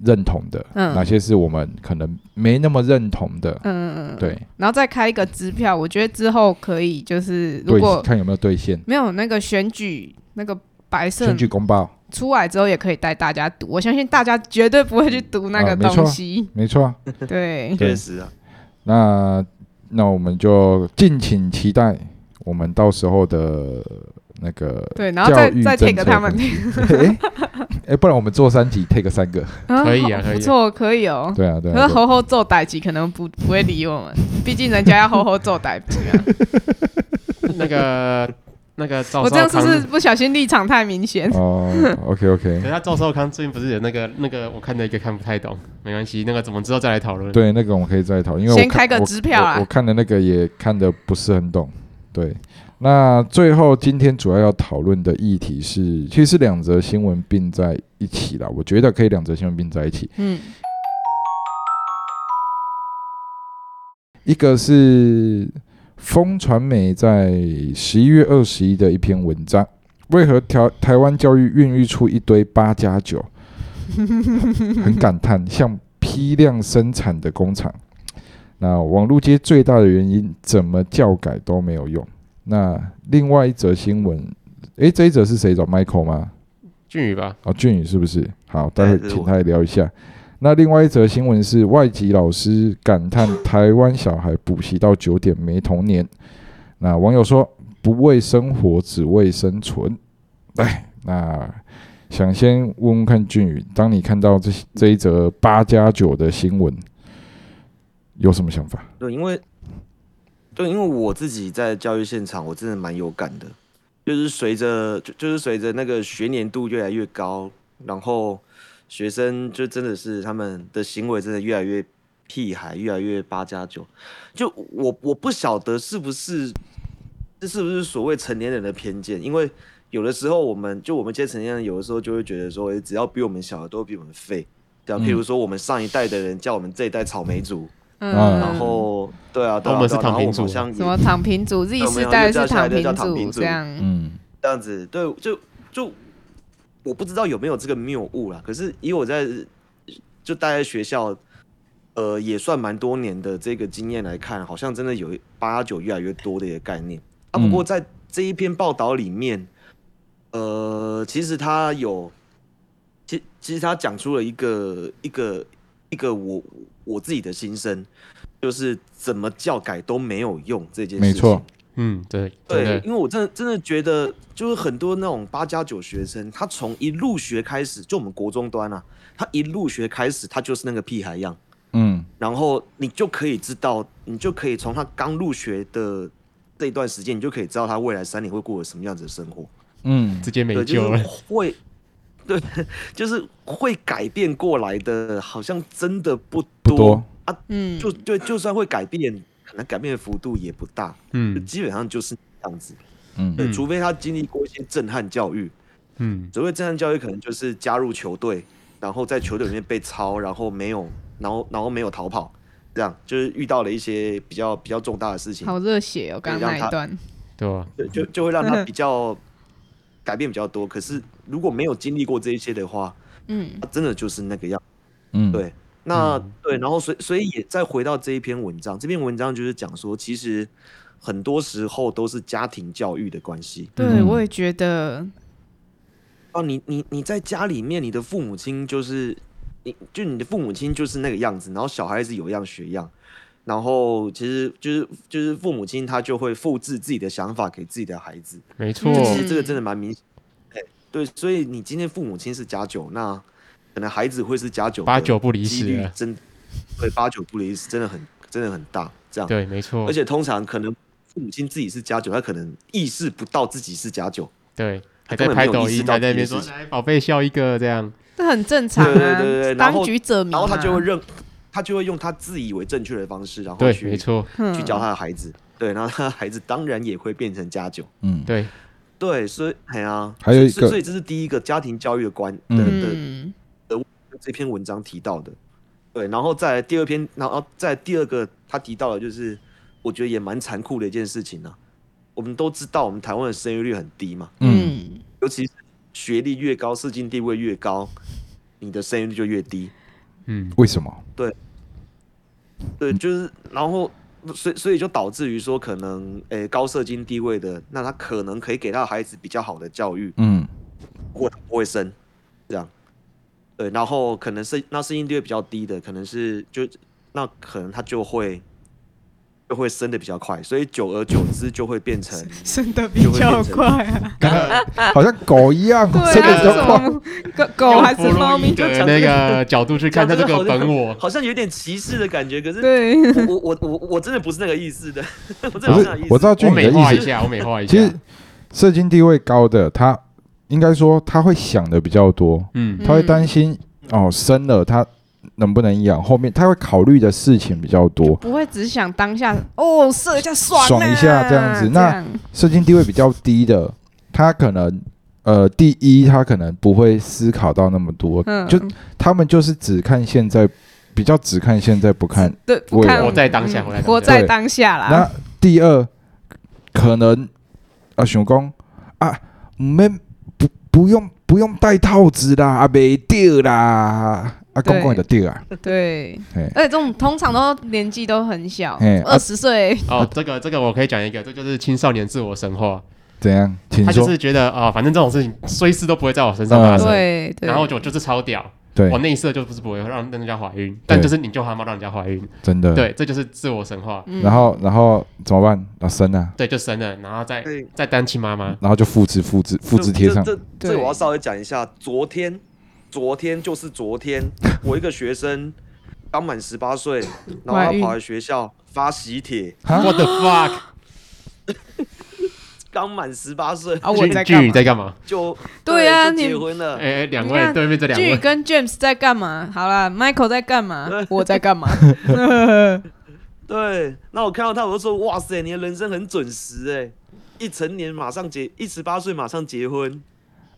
A: 认同的，
B: 嗯
A: 哪些是我们可能没那么认同的，
B: 嗯，嗯嗯嗯
A: 对
B: 然后再开一个支票，我觉得之后可以就是如
A: 对，
B: 果
A: 看有没有兑现。
B: 没有那个选举那个白色
A: 选举公报，
B: 出来之后也可以带大家读，我相信大家绝对不会去读那个
A: 啊没错
B: 东 西。
A: 没错啊。
B: 对，
A: 对
D: 确实啊，
A: 那那我们就敬请期待我们到时候的那 个
B: 对，然后再
A: 教育
B: 再
A: 政
B: take
A: 策
B: 他们
A: 分， 哎哎，不然我们做三题 take 三个，
B: 啊
C: 可以啊
B: 好
C: 可以啊
B: 不错，可以哦。
A: 对啊对
B: 可
A: 啊
B: 是，猴猴揍歹吉可能不不会理我们，毕竟人家要猴猴揍歹吉啊。
C: 那个 那个赵
B: 我这
C: 少
B: 样是
C: 康
B: 不，是不小心立场太明显
A: 对？哦，OK
C: 等
A: OK，
C: 下赵少康最近不是有那个那个我看到一个看不太懂，没关系，那个怎么之后再来讨论。
A: 对那个我们可以再讨论，因为我
B: 先
A: 看
B: 开个
A: 我
B: 支票啊
A: 我我看的那个也看的不是很懂，对。那最后今天主要要讨论的议题是，其实是两则新闻并在一起啦，我觉得可以两则新闻并在一起。
B: 嗯，
A: 一个是风传媒在十一月二十一的一篇文章，为何台台湾教育孕育出一堆八加九？ 很感叹，像批量生产的工厂。那网络街最大的原因，怎么教改都没有用。那另外一则新闻，诶，这一则是谁找 Michael 吗？
C: 俊宇吧，
A: 哦，俊宇是不是？好，待
D: 对
A: 会
D: 这哎是
A: 请
D: 我
A: 他来聊一下。那另外一则新闻是外籍老师感 叹台湾小孩补习到九点没童年。那网友说不为生活，只为生存。来，那想先问问看俊宇，当你看到这这一则八加九的新闻，有什么想法？
D: 对，因为对，因为我自己在教育现场，我真的蛮有感的，就是随着就就是随着那个学年度越来越高，然后学生就真的是他们的行为真的越来越屁孩，越来越八加九。就我我不晓得是不是这是不是所谓成年人的偏见，因为有的时候我们就我们这些成年人，有的时候就会觉得说，诶只要比我们小的都比我们废，对啊，
A: 嗯
D: 譬如说我们上一代的人叫我们这一代草莓族。
A: 啊
B: 嗯，
D: 然后对啊，对啊
C: 我们是
D: 对啊然
C: 躺
D: 后
C: 平
D: 我们好
C: 族
D: 像
B: 什
D: 也
B: 么躺平族 Z
D: 对我们
B: 世
D: 有
B: 代
D: 一个
B: 是
D: 叫下一个叫躺
B: 族
D: 平族
B: 这样，
A: 嗯
D: 这样子，对，就就我不知道有没有这个谬误啦。可是以我在就待在学校，呃，也算蛮多年的这个经验来看，好像真的有八九越来越多的一个概念啊。不
C: 嗯
D: 过在这一篇报道里面，呃，其实他有，其其实他讲出了一个一个一个我我自己的心声，就是怎么教改都没有用这件事
A: 没
D: 情。
A: 错
C: 嗯，对，真
D: 对，
C: 的，
D: 因为我真的真的觉得，就是很多那种八加九学生，他从一入学开始，就我们国中端啊，他一入学开始，他就是那个屁孩样，
A: 嗯
D: 然后你就可以知道，你就可以从他刚入学的这一段时间，你就可以知道他未来三年会过着什么样子的生活。
A: 嗯
C: 直接没
D: 对，就
C: 救了
D: 是。会，对，就是会改变过来的，好像真的不
A: 不多
D: 啊。
B: 嗯，
D: 就对，就算会改变，可能改变的幅度也不大，就
C: 嗯
D: 基本上就是这样子。
A: 嗯
D: 对，
C: 嗯
D: 除非他经历过一些震撼教育。
C: 嗯，
D: 所谓震撼教育，可能就是加入球队，然后在球队里面被抄，然后没有，然后然后没有逃跑，这样就是遇到了一些比较比较重大的事情，
B: 好热血哦，刚刚那一段，
C: 对吧？
D: 对，就就会让他比较改变比较多。可是如果没有经历过这一些的话，
B: 嗯
D: 他真的就是那个样。
A: 嗯，
D: 对那、
C: 嗯
D: 对，然后所以所以也再回到这一篇文章，这篇文章就是讲说，其实很多时候都是家庭教育的关系。
B: 对，
A: 嗯
B: 我也觉得，
D: 哦，你你你在家里面，你的父母亲就是你，就你的父母亲就是那个样子，然后小孩子有样学样，然后其实就是就是父母亲他就会复制自己的想法给自己的孩子，
C: 没错，
D: 其
B: 嗯
D: 实这个真的蛮明显。
C: 嗯
D: 哎，对，所以你今天父母亲是加九，那可能孩子会是加九，
C: 八九不离
D: 几
C: 十啊
D: 率
C: 了。
D: 真对八九不离十真的很真的很大，这样，
C: 对，没错
D: 嗯而，且通常可能父母亲自己是加九，他可能意识不到自己是加九。
C: 对，还在
D: 他根本
C: 拍
D: 没有
C: 抖
D: 意识
C: 音，
D: 到
C: 还在那
D: 这
C: 边
D: 件
C: 说
D: 事情
C: 来宝贝笑一个这样。
B: 这很正常
D: 对对
B: 啊
D: 对对，然后
B: 当局者迷啊嘛，
D: 然后他就会认，他就会用他自以为正确的方式，然后
C: 对，
D: 去
C: 没错，
B: 嗯
D: 去教他的孩子。对，然后他的孩子当然也会变成家酒。
A: 嗯
C: 对，
D: 对，所以哎呀，
A: 还有一
D: 所以
A: 个
D: 所以这是第一个家庭教育的观的
A: 嗯
D: 的
B: 嗯
D: 这篇文章提到的。对，然后再来第二篇，然后再来第二个他提到的就是，我觉得也蛮残酷的一件事情啊。我们都知道，我们台湾的生育率很低嘛，
A: 嗯
B: 嗯，
D: 尤其是学历越高、社经地位越高，你的生育率就越低。
C: 嗯，
A: 为什么？
D: 对，就是然后，所以所以就导致于说，可能诶、高社经地位的，那他可能可以给他的孩子比较好的教育，
A: 嗯
D: 或他不会生，这样。对，然后可能是那社经地位比较低的，可能是就那可能他就会就会升的比较快，所以久而久之就会变成
B: 升的比较快 啊，
A: 好像狗一样，
B: 对
A: 真的
B: 啊，
A: 比
B: 这
A: 较快。
B: 种狗狗还是猫咪就
C: 用弗洛伊
B: 讲
C: 德那个角度去看他这个本我，
D: 好像有点歧视的感觉。可是
B: 对，
D: 我我我我真的不是那个意思的， 我真的
A: 不
D: 不
A: 是
D: 是那个意思。，
A: 我知道
C: 我
A: 就你
C: 美
A: 的
C: 化
A: 意
C: 一
A: 思，
C: 下，我美化一下
A: 其。实社经地位高的他，应该说他会想的比较多，
C: 嗯，
A: 他会担心哦生了他能不能养，后面他会考虑的事情比较多。
B: 不会只想当下哦射一下爽、啊、
A: 爽一下这样子那
B: 这样
A: 社经地位比较低的，他可能呃，第一他可能不会思考到那么多，
B: 嗯
A: 就他们就是只看现在，比较只看现在不看。
B: 对不
A: 我
B: 看
C: 活在当下
B: 嗯
C: 活
B: 活
C: 在当下
B: 在当下啦
A: 那。第二，可能啊，想讲啊，我们不不用不用戴套子啦，啊，没掉啦，啊，
B: 对
A: 公公的掉啊，
B: 对
A: 嘿，
B: 而且这种通常都年纪都很小
A: 嘿，啊
B: 二十岁，
C: 哦，这个这个我可以讲一个，这就是青少年自我神话。
A: 怎样？请
C: 他就
A: 说。
C: 是觉得啊、反正这种事情随时都不会在我身上发
A: 嗯
C: 生，
B: 对对，
C: 然后我就就是超屌，
A: 对
C: 我，内射就不是不会让人家怀孕，但就是你就他妈让人家怀孕，
A: 真的。。
C: 对，这就是自我神话，
B: 嗯
A: 然后，然后怎么办？啊，生啊，
C: 对，就生了，然后再
D: 对
C: 再单亲妈妈，
A: 然后就复制、复制、复制贴上。
D: 这这这
B: 对
D: 这我要稍微讲一下，昨天，昨天就是昨天，我一个学生刚满十八岁，然后
B: 怀
D: 他
B: 孕
D: 跑来学校发喜帖，
A: 啊
C: 我的 fuck，
D: 刚满十八岁
B: 啊我在
C: 俊
B: 干
C: 俊宇
B: 嘛？
C: 在干嘛？
D: 就
B: 对啊
D: 就
B: 你
D: 结婚了。
C: 哎，两
B: 你
C: 位
B: 看
C: 对面这两
B: 俊宇
C: 位，
B: 跟 James 在干嘛？好啦 m i c h a e l 在干 嘛？我 在干嘛？
D: 对，那我看到他，我就说：“哇塞，你的人生很准时哎、一成年马上结，一十八岁马上结婚，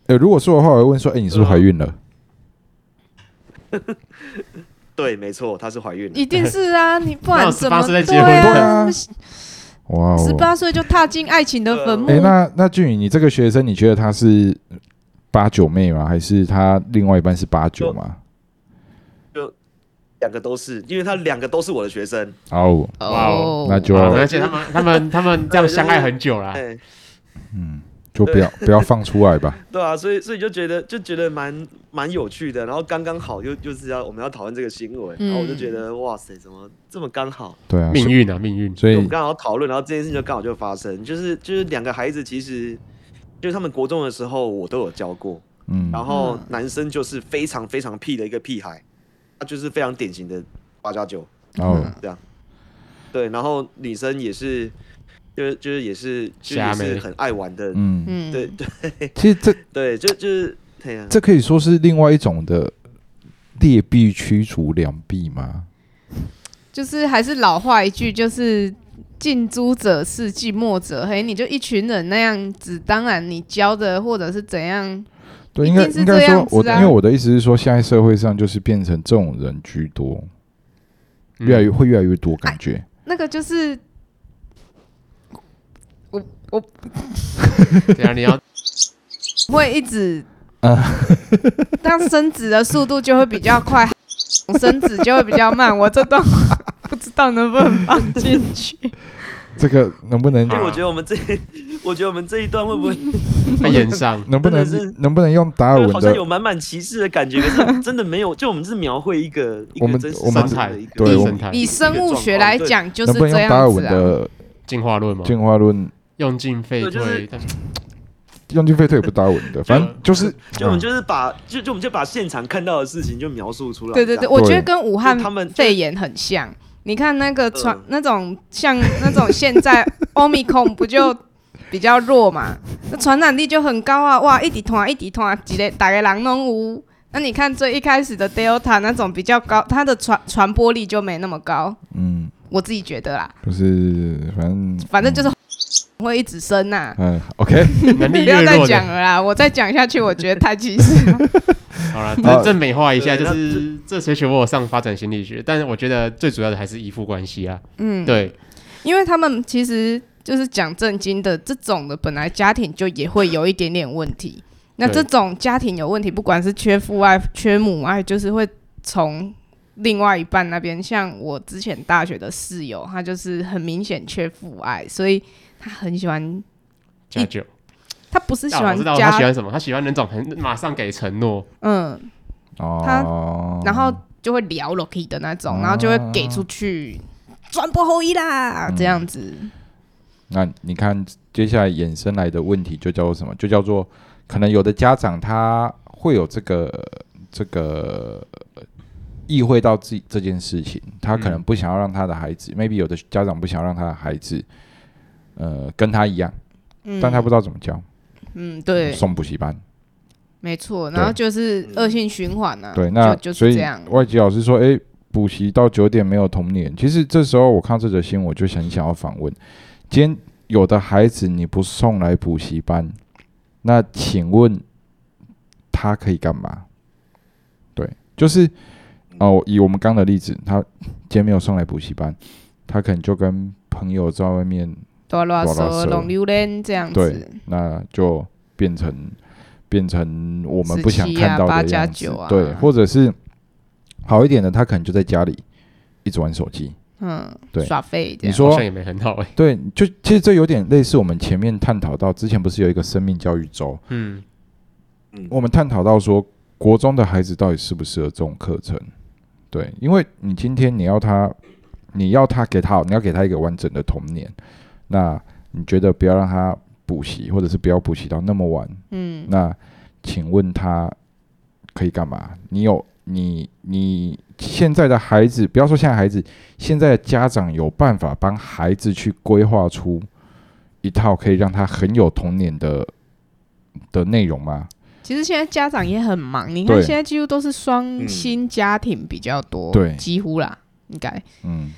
A: 呃，如果说的话，我会问说，哎，你是
C: 嗯
A: 不是怀孕了？
D: 对，没错，她是怀孕了。
B: 一定是啊，你不
C: 那
B: 然
C: 我
B: 怎么
C: 18岁在
B: 对
C: 结婚
B: 啊？
A: 哇哦！
B: 十八岁就踏进爱情的坟墓
A: 哎、，那那俊宇，你这个学生，你觉得他是八九妹吗？还是他另外一半是八九吗？
D: 两个都是，因为他两个都是我的学生。
A: 哦，
C: 哇哦
B: 嗯
A: 那就
C: 好而且他们他们他们这样相爱很久啦
D: 哎、，
A: 嗯，就不要不要放出来吧。
D: 对啊，所以所以就觉得就觉得蛮蛮有趣的，然后刚刚好又就是要我们要讨论这个新闻，
B: 嗯
D: 然后我就觉得哇塞，怎么这么刚好？
A: 对啊，
C: 命运啊命运，
A: 所以
D: 我
A: 所
D: 们
A: 以
D: 刚好讨论，然后这件事情就刚好就发生，就是就是两个孩子其实。就是他们国中的时候，我都有教过。
A: 嗯，
D: 然后
B: 嗯
D: 男生就是非常非常屁的一个屁孩，他就是非常典型的八加九。
A: 哦，
D: 对，然后女生也是，就是就是也是，就是
C: 瞎
D: 也
C: 妹
D: 是很爱玩的。
A: 嗯，
B: 嗯，
D: 对对
A: 其实这
D: 对，就就是对啊呀、
A: 这可以说是另外一种的劣币驱逐良币吗？
B: 就是还是老话一句，就是近朱者赤，近墨者黑。你就一群人那样子，当然你教的或者是怎样，
A: 对，
B: 一
A: 应该
B: 定是
A: 应该
B: 这
A: 说
B: 样，子
A: 我
B: 啊
A: 因为我的意思是说，现在社会上就是变成这种人居多，
C: 嗯
A: 越来越会越来越多感觉。
B: 那个就是我我
C: 对啊，你要
B: 不会一直
A: 啊，
B: 但升职的速度就会比较快，升职就会比较慢。我这段话不知道能不能放进去，
A: 这个能不能
D: 因为哎我觉得我们这，我觉得我们这一段会不会
C: 被演上，
A: 能不能
D: 真的是
A: 能不能用达尔
D: 对
A: 文
D: 好像
A: 啊的
D: 有满满歧视的感觉，可是真的没有。就我们是描绘一个一
A: 我
D: 个
A: 们
D: 真实
A: 我们
D: 生
C: 生态
D: 态的一个
A: 对我
C: 生态
B: 以生物学来讲就是
A: 能不
B: 这
A: 能用达尔
B: 样子
A: 文
B: 啊。
A: 的
C: 进化论嘛，
A: 进化论
C: 用进废
D: 对就是
C: 退，但
A: 用进废退也不达尔文的，反正就是
D: 就我们就是把就就我们就把现场看到的事情就描述出来。
B: 对对
D: 这
B: 对，
D: 样
B: 我觉
A: 对
B: 得跟武汉
D: 他们就
B: 肺炎很像。你看那个传、
D: 嗯
B: 那种像那种现 在欧米孔不就比较弱嘛？那传染力就很高啊！哇，一滴团一滴团，几个打个狼龙屋。那你看最一开始的 Delta 那种比较高，它的传传播力就没那么高，
A: 嗯，
B: 我自己觉得啦。
A: 就是反正
B: 反正就是会一直升呐、
A: 嗯，OK，
C: 能力
B: 不
C: 越
B: 要再
C: 弱的
B: 讲，了啦，我再讲下去我觉得太歧视 了。
C: 好了，
A: 好
D: 啊
C: 这这美化一下，就
D: 对那
C: 是这学期我有上发展心理学，但是我觉得最主要的还是依附关系啊，
B: 嗯，
C: 对，
B: 因为他们其实就是讲正经的，这种的本来家庭就也会有一点点问题。那
C: 对
B: 这种家庭有问题，不管是缺父爱、缺母爱，就是会从另外一半那边。像我之前大学的室友，他就是很明显缺父爱，所以他很喜欢，
C: 加九。
B: 他不是喜
C: 啊我
B: 欢
C: 知道他
B: 家，
C: 喜欢什么，他喜欢那种很马上给承诺，
B: 嗯，
A: 哦，
B: 然后就会聊 Loki 的那种，然后就会给出去，转播后一啦，
A: 嗯
B: 这样子。
A: 那你看接下来衍生来的问题就叫做什么？就叫做可能有的家长他会有这个这个呃意会到自己这件事情，他可能
C: 嗯
A: 不想要让他的孩子、m a y b e 有的家长不想要让他的孩子，呃，跟他一样，
B: 嗯，
A: 但他不知道怎么教，
B: 嗯，对，
A: 送补习班，
B: 没错。
A: 对
B: 然后就是恶性循环啊。
A: 对，那
B: 就就
A: 所
B: 是
A: 以
B: 这样。
A: 外籍老师说，诶，补习到九点没有童年。其实这时候我看到这则新闻，我就很想要反问：今天有的孩子你不送来补习班，那请问他可以干嘛？对，就是
B: 嗯
A: 哦、以我们刚的例子，他今天没有送来补习班，他可能就跟朋友在外面，
B: 哆啦
A: 哆啦嗦
B: 嗦、龙榴莲这样
A: 对
B: 子，
A: 那就变成变成我们不想
B: 17啊
A: 看到
B: 八
A: 的
B: 加
A: 样子，
B: 九啊
A: 对，或者是好一点的，他可能就在家里一直玩手机。
B: 嗯，
A: 对
B: 耍废这
A: 你
B: 样。
C: 好
D: 哦
A: 说
C: 像也没很好哎、
A: 对，就其实这有点类似我们前面探讨到，之前不是有一个生命教育周，
C: 嗯，
D: 嗯
A: 我们探讨到说国中的孩子到底适不适合这种课程？对，因为你今天你要他，你要他给他，你要给他一个完整的童年，那你觉得不要让他补习，或者是不要补习到那么晚，
B: 嗯，
A: 那请问他可以干嘛？你有你你现在的孩子，不要说现在孩子，现在的家长有办法帮孩子去规划出一套可以让他很有童年的的内容吗？
B: 其实现在家长也很忙，你看
A: 对
B: 现在几乎都是双
D: 嗯
B: 薪家庭比较多，
A: 对
B: 几乎啦，应该。
A: 嗯，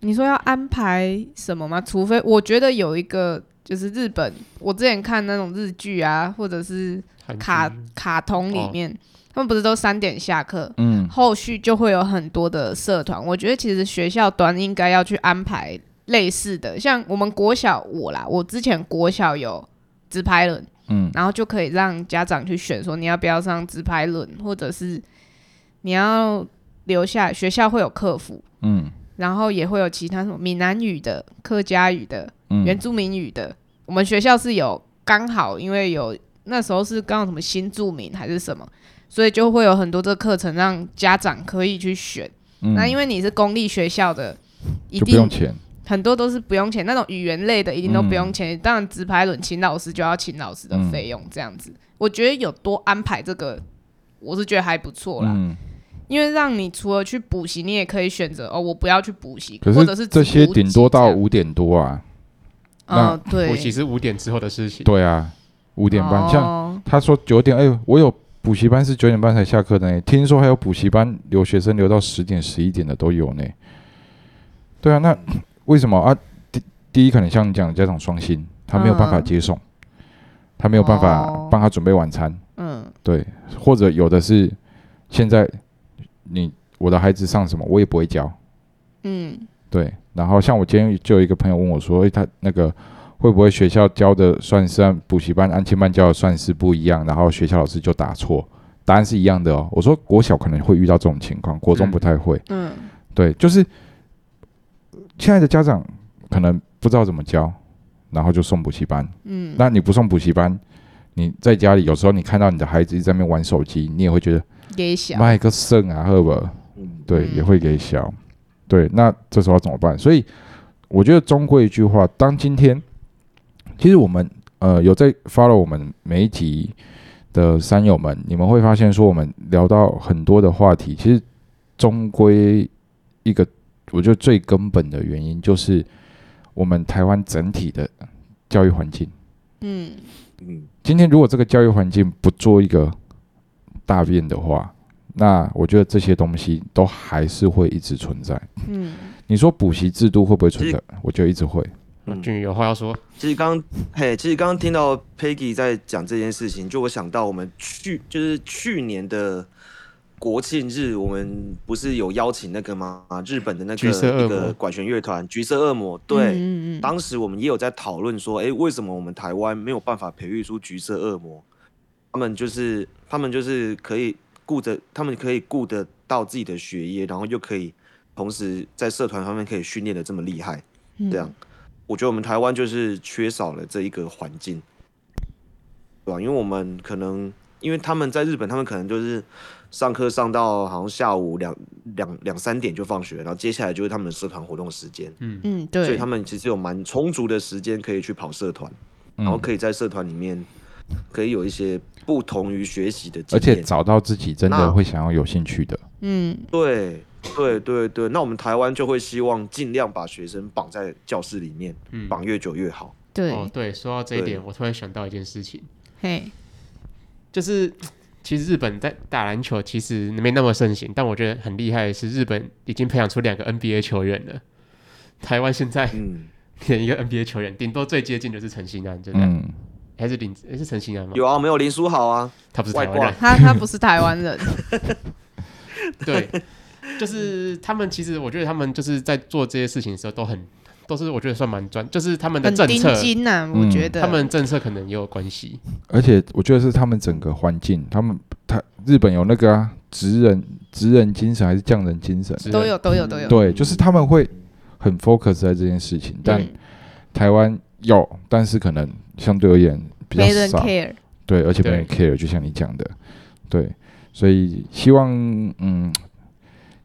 B: 你说要安排什么吗？除非我觉得有一个就是日本，我之前看那种日剧啊，或者是
C: 韩剧
B: 卡卡通里面，他们不是都三点下课，
A: 嗯，
B: 后续就会有很多的社团。我觉得其实学校端应该要去安排类似的，像我们国小我啦，我之前国小有直排轮，
A: 嗯，
B: 然后就可以让家长去选，说你要不要上直排轮，或者是你要留下学校会有客服，
A: 嗯，
B: 然后也会有其他什么闽南语的、客家语的、原
A: 嗯，
B: 住民语的。我们学校是有刚好，因为有那时候是刚好什么新住民还是什么，所以就会有很多这个课程让家长可以去选。
A: 嗯
B: 那因为你是公立学校的，一
A: 就不用
B: 定
A: 钱，
B: 很多都是不用钱，那种语言类的一定都不用钱。
A: 嗯
B: 当然，直排轮请老师就要请老师的费用，这样子，我觉得有多安排这个，我是觉得还不错啦。
A: 嗯，
B: 因为让你除了去补习，你也可以选择哦，我不要去补习，
A: 可
B: 或者是
A: 这
B: 只
A: 些
B: 补
A: 顶
B: 习
A: 多到
B: 这样
A: 五点多啊，那
B: 嗯，对，
C: 补习是五点之后的事情。
A: 对啊，五
B: 五
A: 点半，像
B: 像
A: 他说九点，哎、我有补习班是九点半才下课的呢。听说还有补习班留学生留到十点、十一点的都有呢。对啊，那 为什么啊？第第一，可能像你讲的家长双薪，他没有办法
B: 嗯
A: 接送，他没有办法
B: 哦
A: 帮他准备晚餐。
B: 嗯
A: 对，或者有的是现在你我的孩子上什么，我也不会教。
B: 嗯
A: 对，然后像我今天就有一个朋友问我说，诶，他那个会不会学校教的算式、按补习班按亲班教的算式不一样，然后学校老师就打错？答案是一样的哦。我说国小可能会遇到这种情况，国中不太会。
B: 嗯，
A: 对，就是现在的家长可能不知道怎么教，然后就送补习班。嗯，那你不送补习班，你在家里有时候你看到你的孩子一直在那边玩手机，你也会觉得
B: 给小，
A: 卖个肾啊，赫伯。
D: 嗯，
A: 对，
B: 嗯
A: 也会给小。对，那这时候要怎么办？所以我觉得终归一句话，当今天，其实我们呃有在 follow 我们每一集的山友们，你们会发现说，我们聊到很多的话题，其实终归一个，我觉得最根本的原因就是我们台湾整体的教育环境。
B: 嗯
D: 嗯，
A: 今天如果这个教育环境不做一个大变的话，那我觉得这些东西都还是会一直存在。
B: 嗯
A: 你说补习制度会不会存在？我觉得一直会。
D: 嗯
C: 俊宇有话要说，
D: 其实刚嘿，其实刚刚听到 Peggy 在讲这件事情，就我想到我们去就是去年的国庆日，我们不是有邀请那个吗？日本的那
C: 橘色
D: 个
C: 恶魔
D: 那个管弦乐团橘色恶魔，对，
B: 嗯嗯嗯，
D: 当时我们也有在讨论说，诶，为什么我们台湾没有办法培育出橘色恶魔？他们就是他们就是可以顾着，他们可以顾得到自己的学业，然后又可以同时在社团方面可以训练的这么厉害。
B: 嗯
D: 这样，我觉得我们台啊湾就是缺少了这一个环境，对吧、因为我们可能因为他们在日本，他们可能就是上课上到好像下午两两两三点就放学，然后接下来就是他们的社团活动时间，
B: 嗯，
D: 所以
B: 对
D: 他，们其实有蛮充足的时间可以去跑社团，
A: 嗯
D: 然哦后可以在社团里面可以有一些不同于学习的经
A: 而且
D: 验。
A: 找到自己真的
D: 那
A: 会想要有兴趣的，
B: 嗯，
D: 对对对对，那我们台湾就会希望尽量把学生绑在教室里面，
C: 嗯，
D: 绑越久越好。
B: 对，
C: 哦，对，说到这一
D: 对
C: 点，我突然想到一件事情，
B: 嘿，
C: 就是其实日本在打篮球其实没那么盛行，但我觉得很厉害的是日本已经培养出两个 NBA 球员了。台湾现在
D: 嗯，
C: 连一个 NBA 球员，顶多最接近的是陈信安，真的、
A: 嗯，
C: 还是林诶是陈信安吗？
D: 有啊，没有林书豪啊，
C: 他不是
D: 外
C: 台湾人，
B: 他他不是台湾人，
C: 对，就是他们其实我觉得他们就是在做这些事情的时候都很都是我觉得算蛮专，就是他们的
B: 很
C: 政
B: 钉
C: 策，
B: 金呐，
A: 嗯
B: 我觉得
C: 他们政策可能也有关系。
A: 而且我觉得是他们整个环境，他们他日本有那个啊，职人职人精神还是匠人精神，
C: 之类
B: 都有都有都有，
A: 对，就是他们会很 focus 在这件事情，但
B: 嗯
A: 台湾有，但是可能相对而言比较
B: 没人
A: 少，
B: care，
A: 对，而且没人 care，就像你讲的，对，所以希望嗯，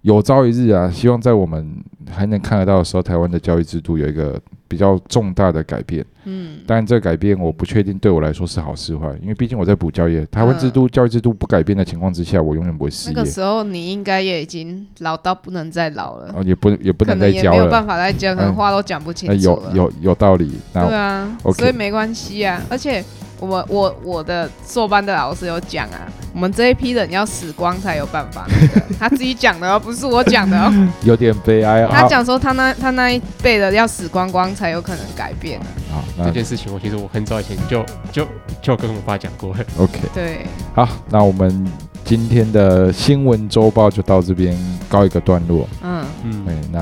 A: 有朝一日啊，希望在我们还能看得到的时候，台湾的教育制度有一个比较重大的改变。
B: 嗯，
A: 但这个改变我不确定对我来说是好是坏，因为毕竟我在补教业，台湾制度、教育制度不改变的情况之下，我永远不会失
B: 嗯那
A: 业，
B: 个时候你应该也已经老到不能再老了
A: 然。后也不也哦不
B: 可
A: 能
B: 能
A: 再
B: 也
A: 教
B: 没有
A: 了
B: 办。法再讲，可能
A: 嗯
B: 话都讲不清
A: 那
B: 楚
A: 有
B: 了。
A: 有有道理，那
B: 对啊
A: OK
B: 所以没关系啊。而且我们我我的硕班的老师有讲啊，我们这一批人要死光才有办法那个他自己讲的哦，不是我讲 的哦。
A: 有点悲哀啊。
B: 他讲说他那他那一辈的要死光光才有可能改变啊。
A: 好，
C: 这
A: 那
C: 件事情，我其实我很早以前就就就跟我爸讲过了。
A: OK，
B: 对，
A: 好，那我们今天的新闻周报就到这边告一个段落。
B: 嗯，
A: 对
C: 嗯，，
A: 那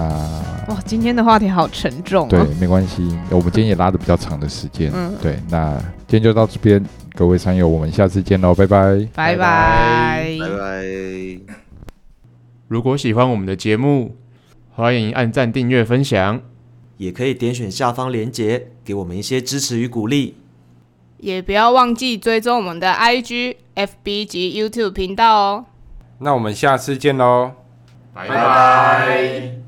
B: 哇，今天的话题好沉重
A: 对
B: 哦。
A: 没关系，我们今天也拉的比较长的时间。
B: 嗯
A: 对，那今天就到这边，各位山友，我们下次见喽，拜拜。
B: 拜
C: 拜拜
B: 拜
A: 嗯
D: 拜拜。
E: 如果喜欢我们的节目，欢迎按赞、订阅、分享。
F: 也可以点选下方链接，给我们一些支持与鼓励。
G: 也不要忘记追踪我们的 IG、FB 及 YouTube 频道哦。
E: 那我们下次见喽。
C: 拜拜。